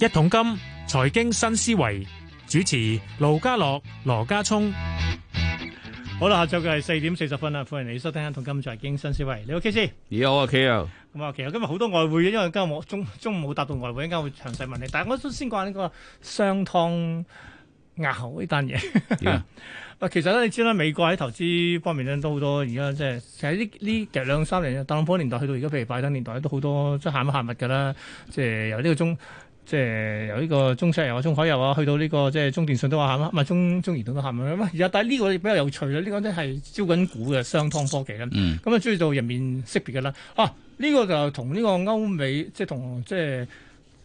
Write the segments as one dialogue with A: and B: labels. A: 一桶金財經新思維主持盧家樂、羅家聰，
B: 好啦，下晝嘅係四點四十分啦，歡迎你收聽《一桶金財經新思維》。你好，K 先。
C: 咦，好啊，K 啊，
B: 咁啊，其實今日好多外匯嘅，因為今日我中中午冇答到外匯，一陣間會詳細問你。但係我都先講下呢個商湯押後呢單嘢。
C: 點啊
B: 嗱，其實咧，你知啦，美國喺投資方面咧都好多，而家即係其實呢呢其實兩三年，特朗普年代去到而家，譬如拜登年代都好多即係限乜限物㗎啦，即係由呢個中。即係由呢個中石油啊、中海油啊，去到呢、個即係中電信都話喊啦，唔係中中移動都喊啦。咁啊而家但係呢個比較有趣啦，呢、個真係招緊股嘅商湯科技啦。
C: 嗯
B: 咁啊，中意做人面識別嘅啦。啊，呢、個就同呢個歐美即係同即係。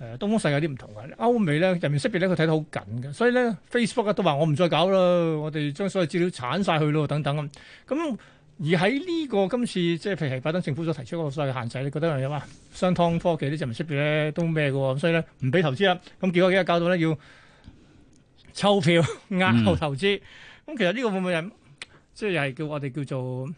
B: 誒東方世界有啲唔同嘅，歐美咧人面識別咧佢睇得好緊嘅，所以咧 Facebook 啊都話我唔再搞啦，我哋將所有資料鏟晒去咯，等等咁。咁而喺呢個今次即係譬如係拜登政府所提出嗰個所謂嘅限制，你覺得有啊？商湯科技啲人面識別咧都咩嘅喎，咁所以咧唔俾投資啦。咁結果幾日搞到咧要抽票押後投資。咁、其實呢個會唔會係即係又係叫我哋叫做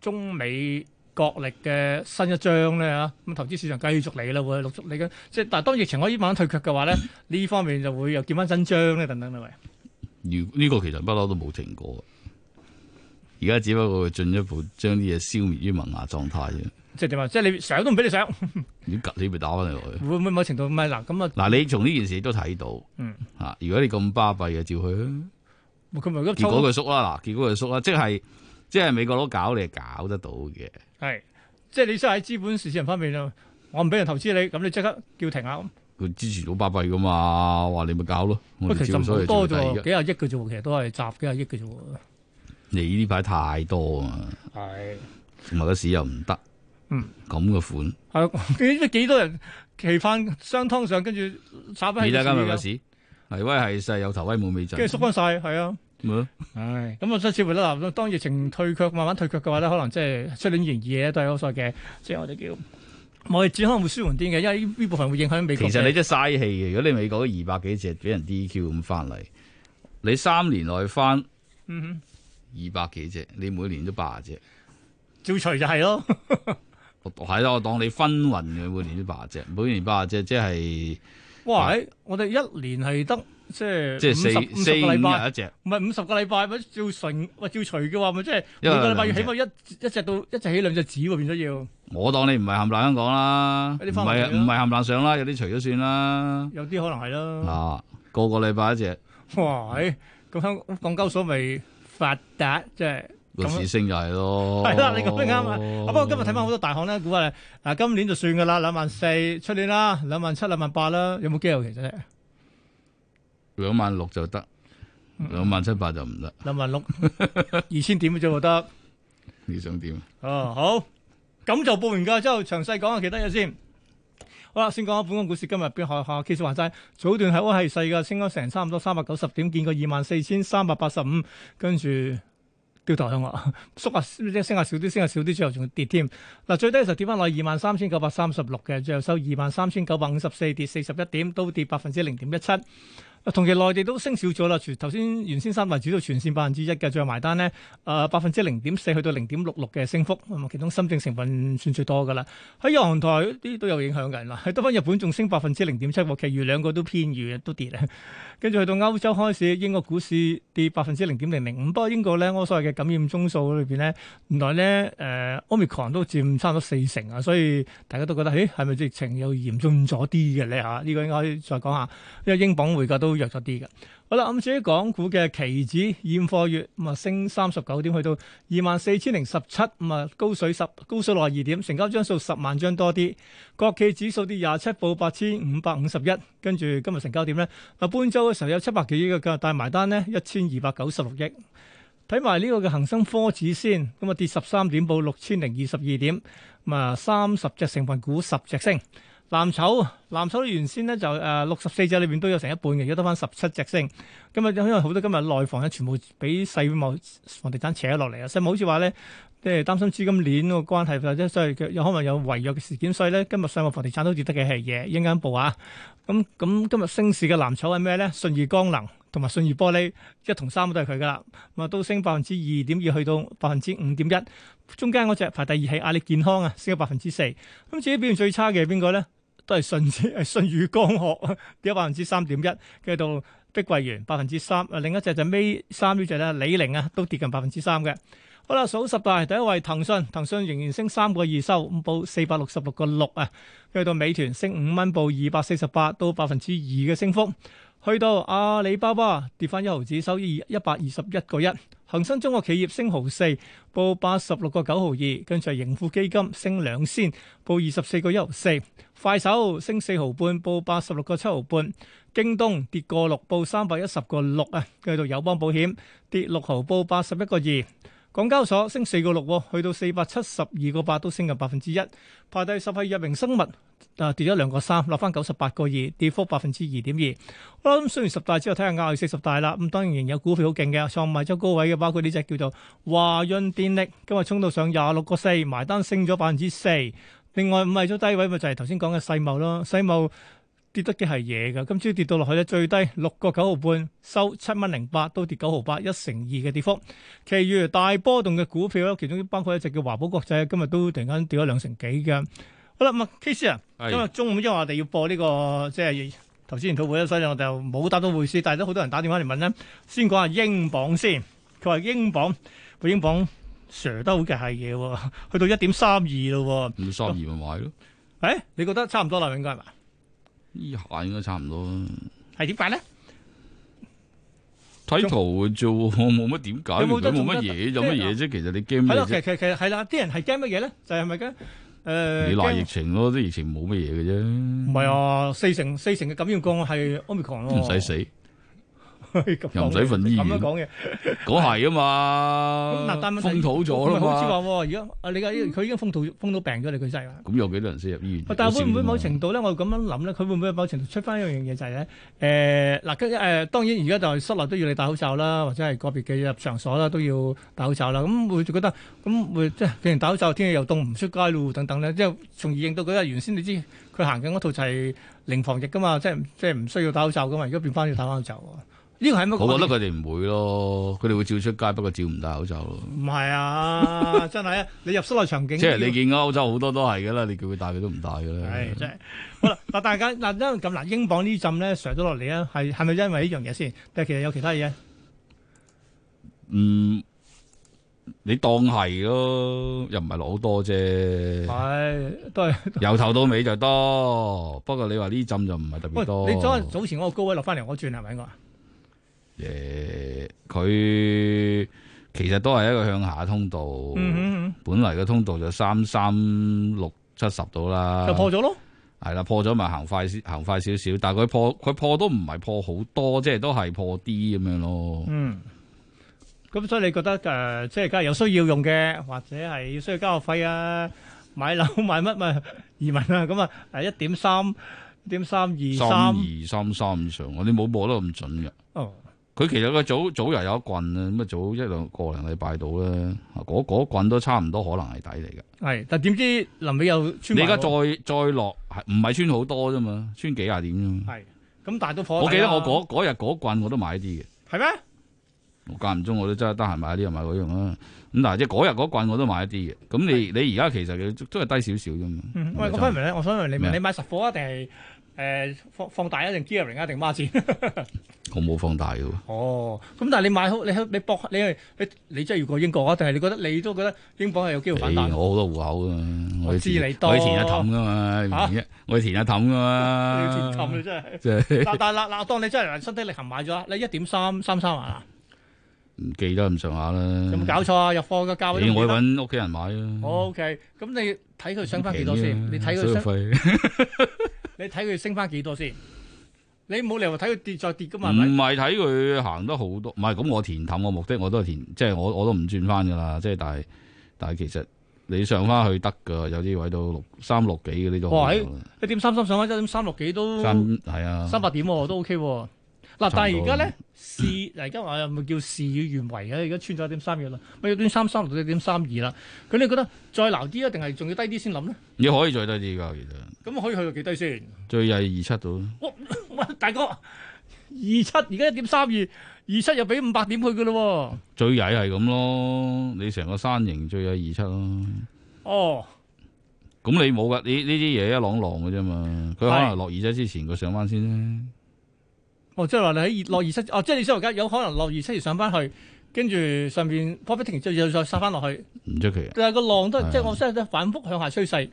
B: 中美角力嘅新一章咧嚇，咁投資市場繼續嚟啦，會陸續嚟嘅。即係但係當疫情可以慢慢退卻嘅話 咧，呢方面就會又見翻真章咧，等等啦，喂。
C: 如呢個其實不嬲都冇停過，而家只不過佢進一步將啲嘢消滅於萌芽狀態啫。
B: 即係點啊？即係你想都唔俾你想，
C: 你夾你咪打翻落 去。
B: 會唔會某程度唔係嗱咁啊？
C: 嗱，你從呢件事都睇到，
B: 嗯
C: 啊，如果你咁巴閉嘅，照去啊。
B: 佢咪咁
C: 結果
B: 抽
C: 佢縮啦，嗱，結果佢縮啦，即係即係美國佬搞你係搞得到嘅。
B: 係，即係你想喺資本市場方面啊，我唔俾人投資你，咁你即刻叫停啊！
C: 佢支持到巴閉噶嘛，話你咪搞咯。我
B: 喂，
C: 哋
B: 其實
C: 照
B: 唔
C: 所
B: 好
C: 以
B: 多
C: 照
B: 啫
C: 睇
B: 喎，
C: 嘅
B: 幾廿億嘅啫喎，其實都係集幾廿億嘅啫喎。
C: 你呢排太多啊，
B: 係。
C: 同埋個市又唔得，
B: 嗯，
C: 咁嘅款。
B: 係，幾幾多人期翻商湯上，跟住炒翻
C: 你
B: 起
C: 睇
B: 個
C: 今日個
B: 市啊
C: 市，係威係勢，有頭威冇尾陣
B: 㗎，跟。住縮翻晒，係啊。
C: 咪咯
B: 唉，咁啊，所以似乎咧，嗱，當疫情退卻，慢慢退卻嘅話咧，可能即係出年二零二嘢都係有所謂嘅，即係我哋叫貿易戰可能會舒緩啲嘅，因為呢呢部分會影響美國
C: 其
B: 嘅。
C: 實你真係嘥氣嘅。如果你美國二百幾隻俾人 DQ 咁翻嚟，你三年內翻
B: 嗯
C: 二百幾隻，你每年都八隻。
B: 哼照除就係咯，
C: 啊我係啦，我當你分運嘅，每年都八隻，每年八隻，即係
B: 哇！唉我哋一年係得即係
C: 即係
B: 五十
C: 四
B: 五
C: 四
B: 十個禮
C: 五
B: 拜，
C: 日一隻。
B: 唔係五十個禮拜，咪照純喂照除嘅話，咪即係每
C: 因為
B: 個禮拜要
C: 兩
B: 起
C: 隻
B: 碼一一隻到一隻起兩隻指喎，變咗要
C: 我當你唔係冚唪唥香港啦，唔
B: 有啲翻嚟
C: 係啊
B: 啦
C: 唔係冚唪唥上啦，有啲除咗算啦。
B: 有啲可能係啦。
C: 啊，個個禮拜一隻，
B: 哇！唉咁香港交所咪發達，即係。
C: 個
B: 咁啊
C: 市升就係咯。
B: 係啦，你講得啱啊！啊不過今日睇翻好多大行咧，估下嗱，今年就算噶啦，兩萬四，出年啦，兩萬七、兩萬八啦，有冇機會其實咧？
C: 兩萬六就得，
B: 嗯
C: 兩萬七八就唔得。
B: 兩萬六，二千點嘅啫，我覺得。
C: 你想點？
B: 哦，好，咁就報完價之後，詳細講下其他嘢先。好啦，先講下本港股市今日邊學下 K 線話齋，早段係哇係細嘅，升咗成差唔多三百九十點，見過二萬四千三百八十五，跟住掉頭向落，縮下 即係升下少啲，升下少啲，最後仲要跌添。嗱，最低嘅時候跌翻落二萬三千九百三十六嘅，最後收二萬三千九百五十四，跌四十一點，都跌百分之零點一七。同期內地都升少咗啦，全頭先原先三大指數全線百分之一嘅，最後埋單呢，誒呃百分之零點四去到零點六六嘅升幅，咁啊其中深證成分算最多噶啦。喺日韓台嗰啲都有影響嘅，嗱， 喺得翻日本仲升百分之零點七喎，其餘兩個都偏軟都跌啊。 跟住去到歐洲開市，英國股市跌百分之零點零零五，不過英國咧，我所謂嘅感染宗數裏邊咧，原來咧誒 Omicron 都佔差唔多四成啊，所以大家都覺得，咦係咪疫情又嚴重咗啲嘅咧嚇？呢、個應該可以再講下，因為英鎊匯價都弱咗啲嘅。好啦，咁至於港股嘅期指現貨月咁啊，升三十九點，去到二萬四千零十七，咁啊高水十高水六十二點，成交張數十萬張多啲。國企指數跌廿七，報八千五百五十一，跟住今日成交點咧。嗱，半周嘅時候有七百幾億嘅，但係埋單呢，一千二百九十六億。睇埋呢個嘅恒生科指先，咁啊跌十三點，報六千零二十二點。咁啊，三十隻成分股十隻升。藍籌藍籌原先呢就誒六十四隻裏邊都有成一半嘅，而家得翻十七隻升。今日因為好多今日內房咧全部俾世貿房地產扯咗落嚟啊，世貿好似話咧。即係擔心資金鏈個關係，或者所以有可能有違約嘅事件，所以咧今日世貿房地產都跌得幾係嘢，一陣間報啊！咁咁今日升市嘅藍籌係咩咧？信義光能同埋信義玻璃一同三個都係佢噶啦，咁啊都升百分之二點二去到百分之五點一，中間嗰隻排第二係阿里健康啊，升咗百分之四。咁至於表現最差嘅係邊個咧？都係信誒信宇光學跌咗百分之三點一，跟住到碧桂園百分之三，誒另一隻就係尾三呢只咧李寧啊，都跌近百分之三嘅。好啦，數十大第一位騰訊，騰訊仍然升三個二收，咁報四百六十六個六啊。跟住到美團升五蚊，報二百四十八，到百分之二嘅升幅。去到阿里巴巴跌翻一毫子，收一一百二十一個一。恒生中國企業升毫四，報八十六個九毫二。跟住係盈富基金升兩仙，報二十四個一毫四。快手升四毫半，報八十六個七毫半。京東跌個六，報三百一十個六啊。跟住到友邦保險跌六毫，報八十一個二。港交所升四個六，去到四百七十二個八，都升近百分之一。排第十係藥明生物，啊跌咗兩個三，落翻九十八個二，跌幅百分之二點二。好啦，咁雖然十大之後睇下亞四十大啦，咁當然仍有股票好勁嘅，創埋咗高位嘅，包括呢隻叫做華潤電力，今日衝到上廿六個四，埋單升咗百分之四。另外唔係咗低位咪就係頭先講嘅世茂咯，世茂。跌得嘅係嘢㗎，今朝跌到落去咧，最低六個九毫半，收七蚊零八，都跌九毫八，一成二嘅跌幅。其餘大波動嘅股票咧，其中包括一隻叫華寶國際，啊今日都突然間跌咗兩成幾嘅。好啦，咁啊，K 師啊，今日中午因為我哋要播呢、個即係投資研討會啦，所以我就冇答到匯市，但係都好多人打電話嚟問咧。先講下英鎊先，佢話英鎊，喂英鎊 s 得好嘅係嘢喎，去到一點三二咯喎。
C: 五三二咪買咯，
B: 誒、你覺得差唔多啦，應該係嘛？
C: 呢下應該差唔多啦。
B: 係點解咧？
C: 睇圖嘅啫喎，我冇乜點解，
B: 有冇得
C: 原本冇乜嘢，有乜嘢啫？其實你驚
B: 係
C: 咩
B: 咯，其實
C: 啫？
B: 其實其實係啦，啲人係驚乜嘢咧？就係咪驚誒？
C: 你賴
B: 驚
C: 疫情咯，啲疫情冇乜嘢嘅
B: 唔
C: 啫，
B: 係啊，四成四成嘅感染個案係 omicron 咯，
C: 唔使死，
B: 咁
C: 又唔使
B: 講嘅
C: 瞓醫
B: 咁樣
C: 院，
B: 講嘅。
C: 嗰係啊
B: 咁嗱，但係
C: 嘛，
B: 問題
C: 封土咗
B: 唔
C: 啦
B: 係好似話
C: 嘛，
B: 喎，而家啊你嘅佢已經封到封到病咗你，佢真係。啊
C: 咁有幾多人先入醫院？
B: 但係會唔會
C: 有線㗎嘛
B: 某程度咧？我咁樣諗咧，佢會唔會某程度出翻一樣嘢就係、咧？誒嗱，跟、誒當然而家就係室內都要你戴口罩啦，或者係個別嘅入場所啦都要戴口罩啦。咁會覺得咁會即係既然戴口罩，天氣又凍，唔出街咯等等咧，即係從而令到佢原先你知佢行緊嗰套就係零防疫噶嘛，即係即係唔需要戴口罩噶嘛，而家變翻要戴口罩喎。呢個係乜？
C: 我覺得佢哋唔會咯，佢哋會照出街，不過照唔戴口罩咯。
B: 唔係啊，真係啊！你入室內場景
C: 即係
B: 要
C: 你見歐洲好多都係噶啦，你叫佢戴佢都唔戴噶啦。
B: 係真係好啦！嗱，大家嗱，因為咁嗱，英鎊呢浸咧上咗落嚟啊，係係咪因為呢樣嘢先？但係其實有其他嘢，
C: 嗯，你當係咯，又唔係落好 多啫，
B: 係都係
C: 由頭到尾就多。不過你話呢浸就唔係特別多。
B: 喂，你早早前嗰個高位落翻嚟，我轉係咪我？
C: 誒，佢其實都係一個向下通道。
B: 嗯嗯
C: 本嚟嘅通道就三三六七十到啦
B: 嗯，就，破咗咯，
C: 係啦，破咗咪行快少行快少少，但係佢破佢破都唔係破好多，即係都係破啲咁樣咯。
B: 嗯。咁所以你覺得誒、呃即係梗係有需要用嘅，或者係需要交學費啊、買樓 買乜咪移民啊，咁啊誒一點三、一點三二
C: 三
B: 三，
C: 二三三以上，我哋冇摸得咁準嘅。
B: 哦，
C: 佢其實個早早又有一棍啊，咁啊早一兩個零禮拜到啦，啊嗰嗰棍都差唔多可能係底嚟嘅。
B: 係，但點知臨尾又穿
C: 你
B: 埋
C: 而家
B: 喎
C: 再再落係唔係穿好多啫嘛？穿幾廿點啫嘛。
B: 係，咁但係都破咗
C: 我記得
B: 底啦
C: 我嗰嗰日嗰棍我都買啲嘅，
B: 係咩？
C: 我間唔中我都真係得閒買啲又買嗰樣啦。咁但係即係嗰日嗰棍我都買一啲嘅。咁你你而家其實佢都係低少少啫嘛。
B: 嗯，
C: 咪
B: 喂，
C: 就
B: 我
C: 係
B: 翻嚟咧，我想問你，
C: 咩啊
B: 你買實貨啊，定係誒放放大啊，定 gearing 啊，定孖展？
C: 我冇放大嘅喎。
B: 哦，咁但係你買好，你你博，你係你你真係要過英國啊？定係你覺得你都覺得英鎊係有機會反
C: 誒
B: 彈？
C: 我好多戶口噶嘛，
B: 我
C: 以
B: 知
C: 前
B: 你多
C: 我以前一氹噶嘛，你明唔明啫我以前一氹 噶
B: 你要
C: 嘛
B: 填，氹你真係。
C: 即係
B: 嗱但嗱嗱，當你真係身體力行買咗啊，你一點三三三啊，
C: 唔記得咁上下啦。
B: 有冇搞錯啊？入貨嘅價位都
C: 咦
B: 唔
C: 我
B: 記得。
C: 揾屋企人買啊。
B: O K，咁你睇佢哦升翻幾多先？你睇佢升，
C: 佢
B: 你睇佢升翻幾多先？你冇理由睇佢跌再跌噶嘛？係咪
C: 唔係睇佢行得好多，唔係咁我填氹我目的我都係填，即係我我都唔轉翻噶啦，即係但係但係其實你上翻去得噶，有啲位到六三六幾嗰啲都好
B: 哇
C: 有啦
B: 一點三三上翻一點三六幾都。
C: 三係啊，
B: 三百點喎、都 OK 喎、嗱，但係而家
C: 差唔
B: 咧事，嗱而家話咪叫事與願違啊嘅，而家穿咗一點三二啦，咪一點三三到一點三二啦。咁你覺得再撈啲啊，定係仲要低啲先諗咧？
C: 你可以再低啲噶，其實
B: 咁可以去到幾低先？
C: 最曳二七度
B: 喂，大哥，二七而家一點三二，二七又俾五百點佢嘅咯
C: 最曳係咁咯，你成個山形最曳二七咯。
B: 喎。哦，
C: 咁你冇噶，你呢啲嘢一浪浪嘅啫嘛，佢可
B: 係
C: 能落二仔之前佢上翻先咧。
B: 哦，即係話你喺二落二七，哦，即係你想而家有可能落二七月上翻去，跟住上邊 profiting 之後又再殺翻落去，
C: 唔出奇啊！
B: 但係個浪都
C: 係
B: 即係我真係都反覆向下趨勢。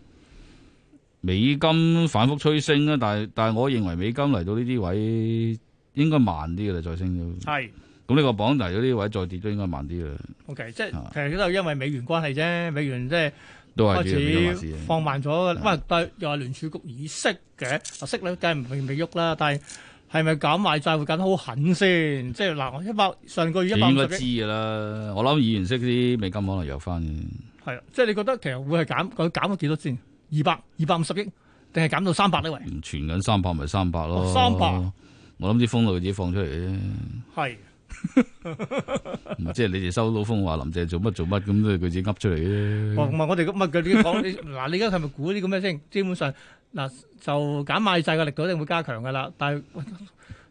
C: 美金反覆趨升啊，但係但係我認為美金嚟到呢啲位應該慢啲嘅啦，再升都。
B: 係
C: 咁呢個榜嚟到呢啲位再跌都應該慢啲啦，
B: ，OK，即係
C: 啊
B: 其實都係因為美元關係啫，美元即係。
C: 都係
B: 開
C: 主要美金下市
B: 始
C: 嘅
B: 放慢咗，
C: 嗯
B: 喂，但係又話聯儲局議息嘅，啊息率梗係唔未未喐啦，但係係咪減買債會減得好狠先？即係嗱，我一百上個月一百
C: 你應
B: 五
C: 該
B: 十
C: 知
B: 億，
C: 㗎啦。我諗議員識啲美金可能弱翻嘅，
B: 係啊，即係你覺得其實會係減佢減咗幾多先？二百二百五十億，定係減到三百呢？喂，
C: 唔存緊三百咪三百咯。
B: 哦300
C: 我諗啲風度自己放出嚟啫，
B: 係
C: 唔係即係你哋收到風話林鄭做乜做乜咁，都係佢自己噏出嚟啫。
B: 哦唔係我哋咁唔係佢哋講你嗱，你而家係咪估呢個咩先？基本上嗱就減買債嘅力度一定會加強㗎啦，但係。 喂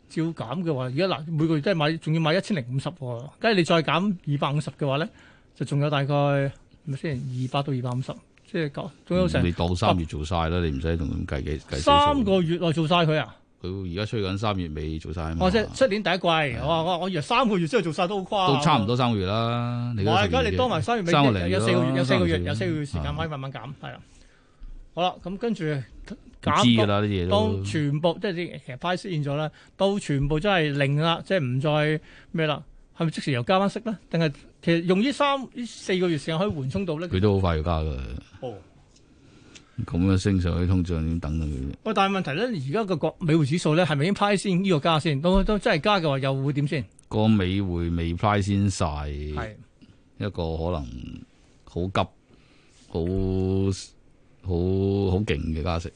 B: 照減嘅話，而家嗱每個月都係買，仲要買一千零五十喎。跟住你再減二百五十嘅話咧，就仲有大概係咪先二百到二百五十，即係講仲有成
C: 嗯你當三月做晒啦，你唔使同佢咁計計計死數
B: 三個月內做晒佢啊！
C: 佢而家吹緊三月尾做晒啊嘛
B: 哦我，即係出年第一季，我話我我以為三個月之後做晒都好誇
C: 嗯都差唔。多三個月啦。你
B: 我啊而家你當埋三月尾，
C: 三個
B: 有
C: 零
B: 有四個月，有四個月，有四個月時
C: 時
B: 間可以慢慢減，係啦。好啦，咁跟住
C: 知
B: 減
C: 㗎啦，呢啲嘢
B: 當
C: 都
B: 全部即係啲其實 price 現咗啦，到全部真係零啦，即係唔再咩啦，係咪即時又加翻息咧？定係其實用呢三呢四個月時間可以緩衝到咧？
C: 佢都好快要加㗎。
B: 哦，
C: 咁樣升上去，通脹點等啊等佢啫。
B: 喂，但係問題咧，而家個國美匯指數咧係咪已經 price 先呢個加先？到到真係加嘅話，又會點先？
C: 個美匯未 price 先晒，
B: 係
C: 一個可能好急、好好好勁嘅加息。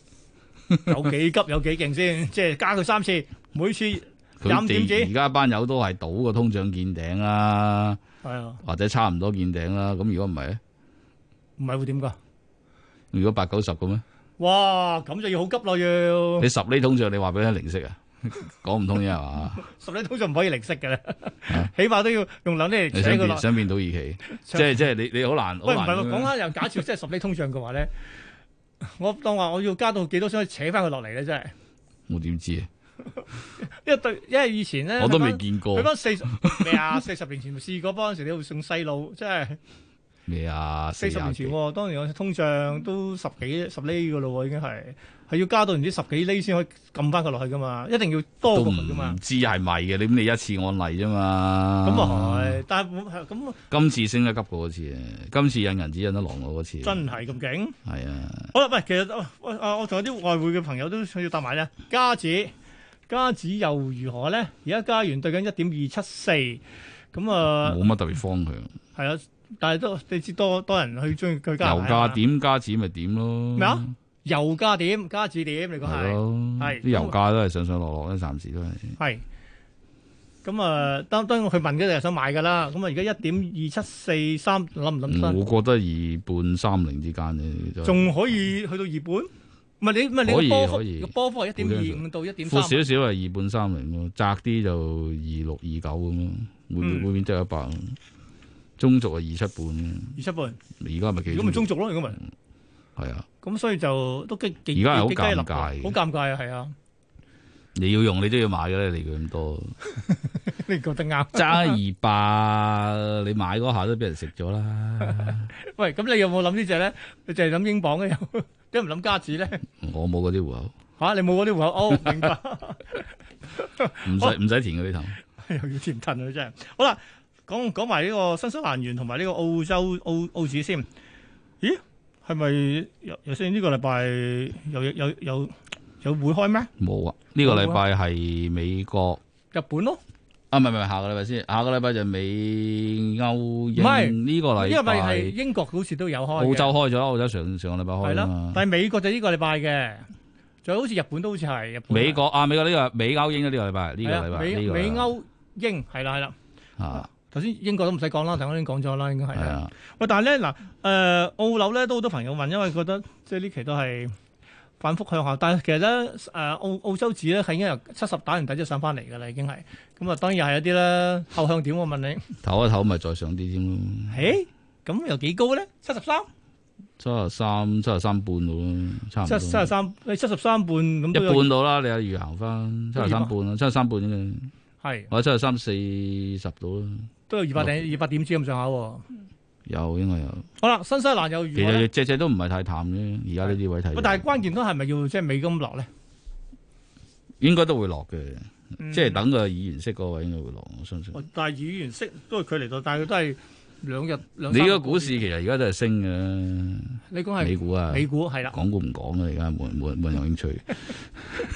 B: 有幾急有幾勁先？ 即係加佢三次，每次係
C: 佢
B: 飲點止
C: 哋而家班友都係賭個通脹見頂啦，
B: 啊，
C: 或者差唔多見頂啦。咁如果唔係咧，
B: 唔係會點㗎？
C: 如果八九十咁咧，
B: 哇！咁就要好急咯，要
C: 你十厘通脹，你話俾佢聽零息啊， 講唔通啫係嘛？
B: 十厘通常唔可以零息嘅咧， 起碼都要用兩厘嚟
C: 啊
B: 扯
C: 你想
B: 佢落
C: 變。想變土耳 其，即係即係你你好難啊好
B: 喂，唔係
C: 難
B: 喎，講下又假設真係十厘通脹嘅話咧， 我當話我要加到幾多先可以扯翻佢落嚟咧？真係，
C: 我點知啊？
B: 因為對，因為以前咧，
C: 我都未見過
B: 佢翻四十 咩啊？四十年前試過，嗰陣時你會送細路，即係
C: 咩啊？
B: 四十年
C: 廿
B: 前
C: 幾
B: 喎。當年我通脹都十幾十厘嘅咯喎，已經係係要加到唔知十幾厘先可以撳翻佢落去噶嘛，一定要多
C: 都
B: 過佢噶嘛
C: 唔。知係咪嘅，你咁你一次案例啫嘛。
B: 咁啊係，但係冇咁
C: 今次升得急過嗰次啊，今次印銀紙印得狼我嗰次。
B: 真係咁勁。
C: 係啊，
B: 好啦，喂，其實哦喂啊，我仲有啲外匯嘅朋友都想要答埋咧。加指，加指又如何咧？而家加元對緊一點二七四，咁啊
C: 冇乜特別方向。
B: 係啊，但係都你知多多人去中意佢加
C: 油價，點加紙咪點咯。
B: 咩啊？油價點？加指點？你講
C: 係
B: 係
C: 咯，
B: 係
C: 啲油價都係上上落落啦，暫時都係。
B: 係。咁啊，當當佢問嘅就係想買㗎啦。咁啊，而家一點二七四三，諗唔諗得？
C: 我覺得二半三零之間嘅都係
B: 仲可以去到二本？唔係你唔係你
C: 可
B: 個
C: 以
B: 波幅
C: 可以
B: 個波幅係一點二五到一點
C: 闊
B: 三啊
C: 少。少係二半三零咯，窄啲就二六二九咁咯，每
B: 嗯
C: 每邊都有一百咯。中軸係二七半咯，
B: 二七半，
C: 而家咪幾？
B: 如果咪中續咯，如果咪。
C: 係啊，
B: 咁所以就都幾幾
C: 而家係好
B: 幾雞肋
C: 尷
B: 㗎
C: 尬嘅
B: 好尷尬啊， 係啊，
C: 你要用你都要買嘅咧，理佢 咁多。
B: 你覺得啱？
C: 揸二百，你買嗰下都俾人食咗啦。
B: 喂，咁你有冇諗呢只咧？你就係諗英鎊嘅有， 點解唔諗加紙咧？
C: 我冇嗰啲戶口，
B: 嚇、你冇嗰啲戶口，哦，明白，
C: 唔
B: 哦
C: 使唔使填嗰啲頭。
B: 又要甜騰啊，真係。好啦，講講埋呢個新西蘭元同埋呢個澳洲澳澳紙先。咦，係咪有有先呢個禮拜有有有有有會開咩？
C: 冇啊！呢、個禮拜係美國
B: 日本咯，
C: 啊，唔係唔係，下個禮拜先，下個禮拜就美歐
B: 唔係
C: 英。呢個
B: 呢個
C: 禮
B: 咪係
C: 拜
B: 英國好似都有開嘅
C: 澳洲開咗啦，澳洲上上個禮拜
B: 係
C: 開啦
B: 啦
C: 嘛，。
B: 但係美國就呢個禮拜嘅，仲有好似日本都好似係日本係
C: 美國啊，美國呢、個美歐英啊，呢個禮拜呢個
B: 係
C: 禮
B: 啊
C: 拜
B: 美
C: 呢個
B: 美
C: 禮拜
B: 歐英係啦係啦，
C: 啊，
B: 頭先英國都唔使講啦，頭先我已經講咗啦，應該係
C: 係
B: 啦。
C: 啊，
B: 喂，但係咧嗱，誒、呃、澳紐咧都好多朋友問，因為覺得即係呢期都係反覆向下，但係其實咧誒、呃澳澳洲紙咧係已經由七十打完底之後上翻嚟㗎啦，已經係咁啊，當然又係一啲啦後向 點我問你，
C: 唞一唞咪再上啲添咯。
B: 誒咁有幾高咧？七十三
C: 七十三、七十三半到啦，差唔
B: 七
C: 多。
B: 七十三，你七十三半咁
C: 一
B: 都有啊
C: 半到啦，你有餘行翻七十三半啦，七十三半嘅，
B: 係
C: 或者七十三四十到啦，
B: 都有二百點二百點子咁上下喎。
C: 有應該有。
B: 好啦，新西蘭又
C: 其
B: 如何
C: 實
B: 咧？
C: 隻隻都唔係太淡嘅，而家呢啲位
B: 喂
C: 睇，
B: 但係關鍵都係咪要即係美金落咧？
C: 應該都會落嘅，
B: 嗯
C: 即係等個議員息嗰位應該會落，我相信。
B: 哦但係議員息都係距離到，但係佢都係兩日兩。
C: 你個股市，其實而家都係升嘅，
B: 你講係
C: 美股啊，
B: 美股係啦，
C: 港股唔講啊，而家冇人冇人冇人有興趣。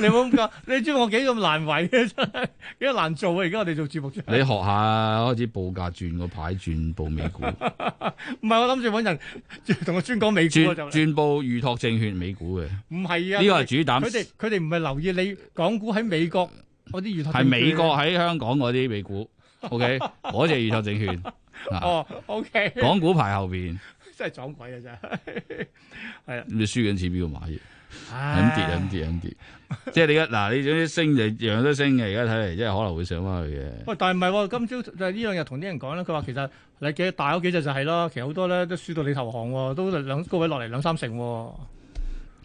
B: 你冇咁講，你知我幾咁難為嘅啊真係幾咁難做啊！而家我哋做節目啫，
C: 你學下開始報價轉個牌，轉報美股，
B: 唔係我諗住揾人同我專講美股啊
C: 轉
B: 就
C: 轉報預託證券美股嘅，呢
B: 唔係啊！
C: 個係主
B: 佢
C: 膽
B: 哋佢哋唔係留意你港股喺美國嗰啲預託證券
C: 係美國啊喺香港嗰啲美 股，OK，嗰只預託證券，啊，
B: 哦，OK，
C: 港股排後邊，
B: 真係撞鬼啊！真 係
C: 你輸緊錢邊度買嘢？咁
B: 咁
C: 跌咁。跌咁跌，即係你而家嗱，你總之升就樣樣都升嘅，而家睇嚟即係可能會上翻去嘅。
B: 喂，但係唔係喎？今朝就係呢兩日同啲人講啦，佢話其實你幾大嗰幾隻就係啦，其實好多咧都輸到你投降喎，都兩高位落嚟兩三成喎。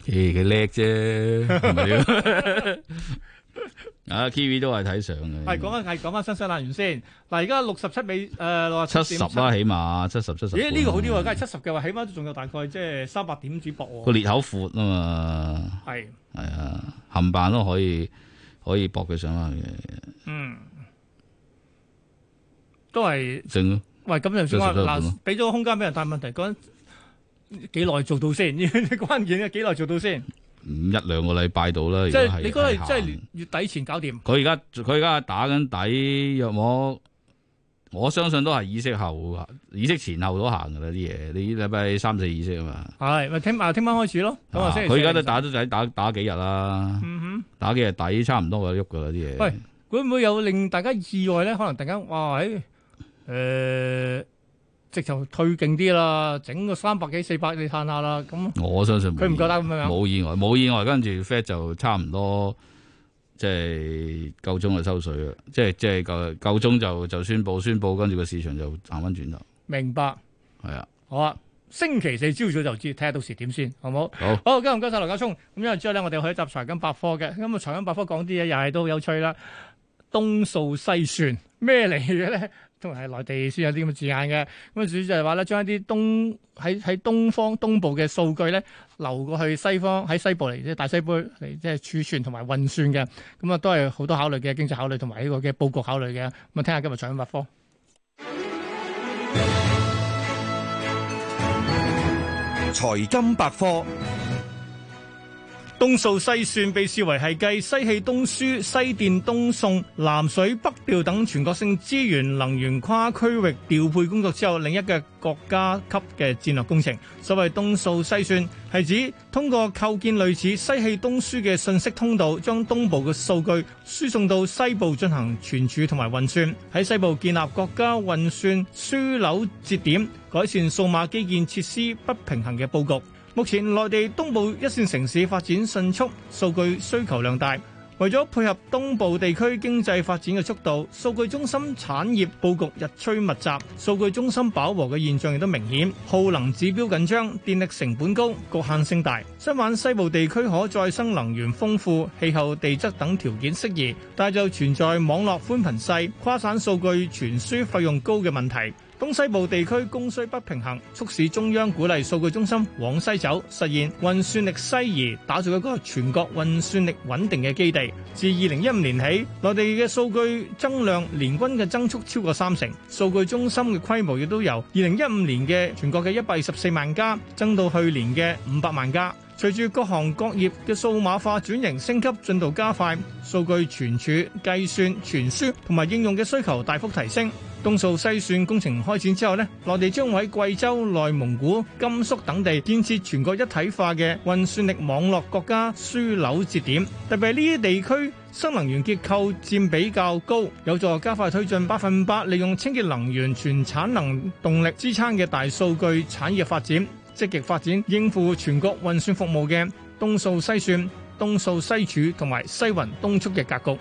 C: 咦，佢叻啫係咪 啊，啊，Kiwi 都係睇上
B: 係
C: 嘅，
B: 講緊係講翻新西蘭元先。嗱，而家六十七美誒六
C: 七十啦，起碼七十七十。
B: 咦？呢個好啲喎，梗係七十嘅話，起碼都仲有大概即係三百點子博
C: 個
B: 喎。
C: 裂口闊啊嘛，
B: 係，
C: 係啊，冚唪唥都可以可以搏佢上翻去嘅，
B: 嗯，都係
C: 正咯。
B: 喂咁就算話
C: 兩十都係咁
B: 嗱
C: 咯，
B: 俾咗個空間俾人，但係問題講緊幾耐做到先？ 關鍵係幾耐做到先？
C: 五一兩個禮拜到啦，
B: 即
C: 如果
B: 係你覺得
C: 係
B: 即係
C: 行
B: 年月底前搞掂？
C: 佢而家佢而家打緊底，若我我相信都係意識後、意識前後都行噶啦啲嘢。你禮拜三四意識啊嘛，
B: 係，咪聽啊？聽晚開始咯。咁啊，
C: 啊
B: 星期
C: 佢而
B: 四
C: 家都。打咗底，打打幾日啦，
B: 嗯
C: 打幾日底差唔多有喐噶啦啲
B: 喂
C: 嘢。
B: 哼，會唔會有令大家意外咧？可能突然間，哇！喺誒，直頭退勁啲啦，整個三百幾四百你嘆下啦。咁
C: 我相信冇
B: 佢唔
C: 意
B: 夠膽咁樣。
C: 嗯冇意外，冇意外，跟住 Fed 就差唔多即係夠鐘就收水啦，即係即係夠夠鐘就就宣佈宣佈，跟住個市場就行翻轉頭，
B: 明白。
C: 係啊，
B: 好啊，星期四朝早就知，睇下到時點先，好唔好？
C: 好。
B: 好，今日唔該晒羅家聰。咁因為之後咧，我哋去一集財金百科嘅。咁啊，財金百科講啲嘢又係都好有趣啦。東數西算咩嚟嘅咧？通常係內地先有啲咁嘅字眼嘅。咁啊，主要就係話咧，將一啲東喺喺東方東部嘅數據咧，流過去西方喺西部嚟，即係大西部嚟，即係儲存同埋運算嘅。咁啊，都係好多考慮嘅經濟考慮同埋呢個嘅佈局考慮嘅。咁啊，聽下今日財金百科。
D: 財金百科。
B: 東數西算被視為係繼西氣東輸、西電東送、南水北調等全國性資源能源跨區域調配工作之後，另一嘅國家級嘅戰略工程。所謂東數西算，係指通過構建類似西氣東輸嘅信息通道，將東部嘅數據輸送到西部進行存儲同埋運算，喺西部建立國家運算樞紐節點，改善數碼基建設施不平衡嘅佈局。目前內地東部一線城市發展迅速，數據需求量大。為咗配合東部地區經濟發展嘅速度，數據中心產業佈局日趨密集，數據中心飽和嘅現象亦都明顯，耗能指標緊張，電力成本高，局限性大。相反，西部地區可再生能源豐富，氣候、地質等條件適宜，但就存在網絡寬頻細、跨省數據傳輸費用高嘅問題。東西部地區供需不平衡，促使中央鼓勵數據中心往西走，實現運算力西移，打造一個全國運算力穩定嘅基地。自二零一五年起，內地嘅數據增量年均嘅增速超過三成，數據中心嘅規模亦都由二零一五年嘅全國嘅一百二十四萬家增到去年嘅五百萬家。隨住各行各業嘅數碼化轉型升級進度加快，數據存儲、計算、傳輸同埋應用嘅需求大幅提升。東數西算工程開展之後呢，內地將會喺貴州、內蒙古、甘肅等地建設全國一體化嘅運算力網絡國家樞紐節點，特別係呢啲地區。新能源結構佔比較高，有助加快推進百分百利用清潔能源全產能動力支撐嘅大數據產業發展，積極發展應付全國運算服務嘅東數西算、東數西儲同埋西雲東速嘅格局。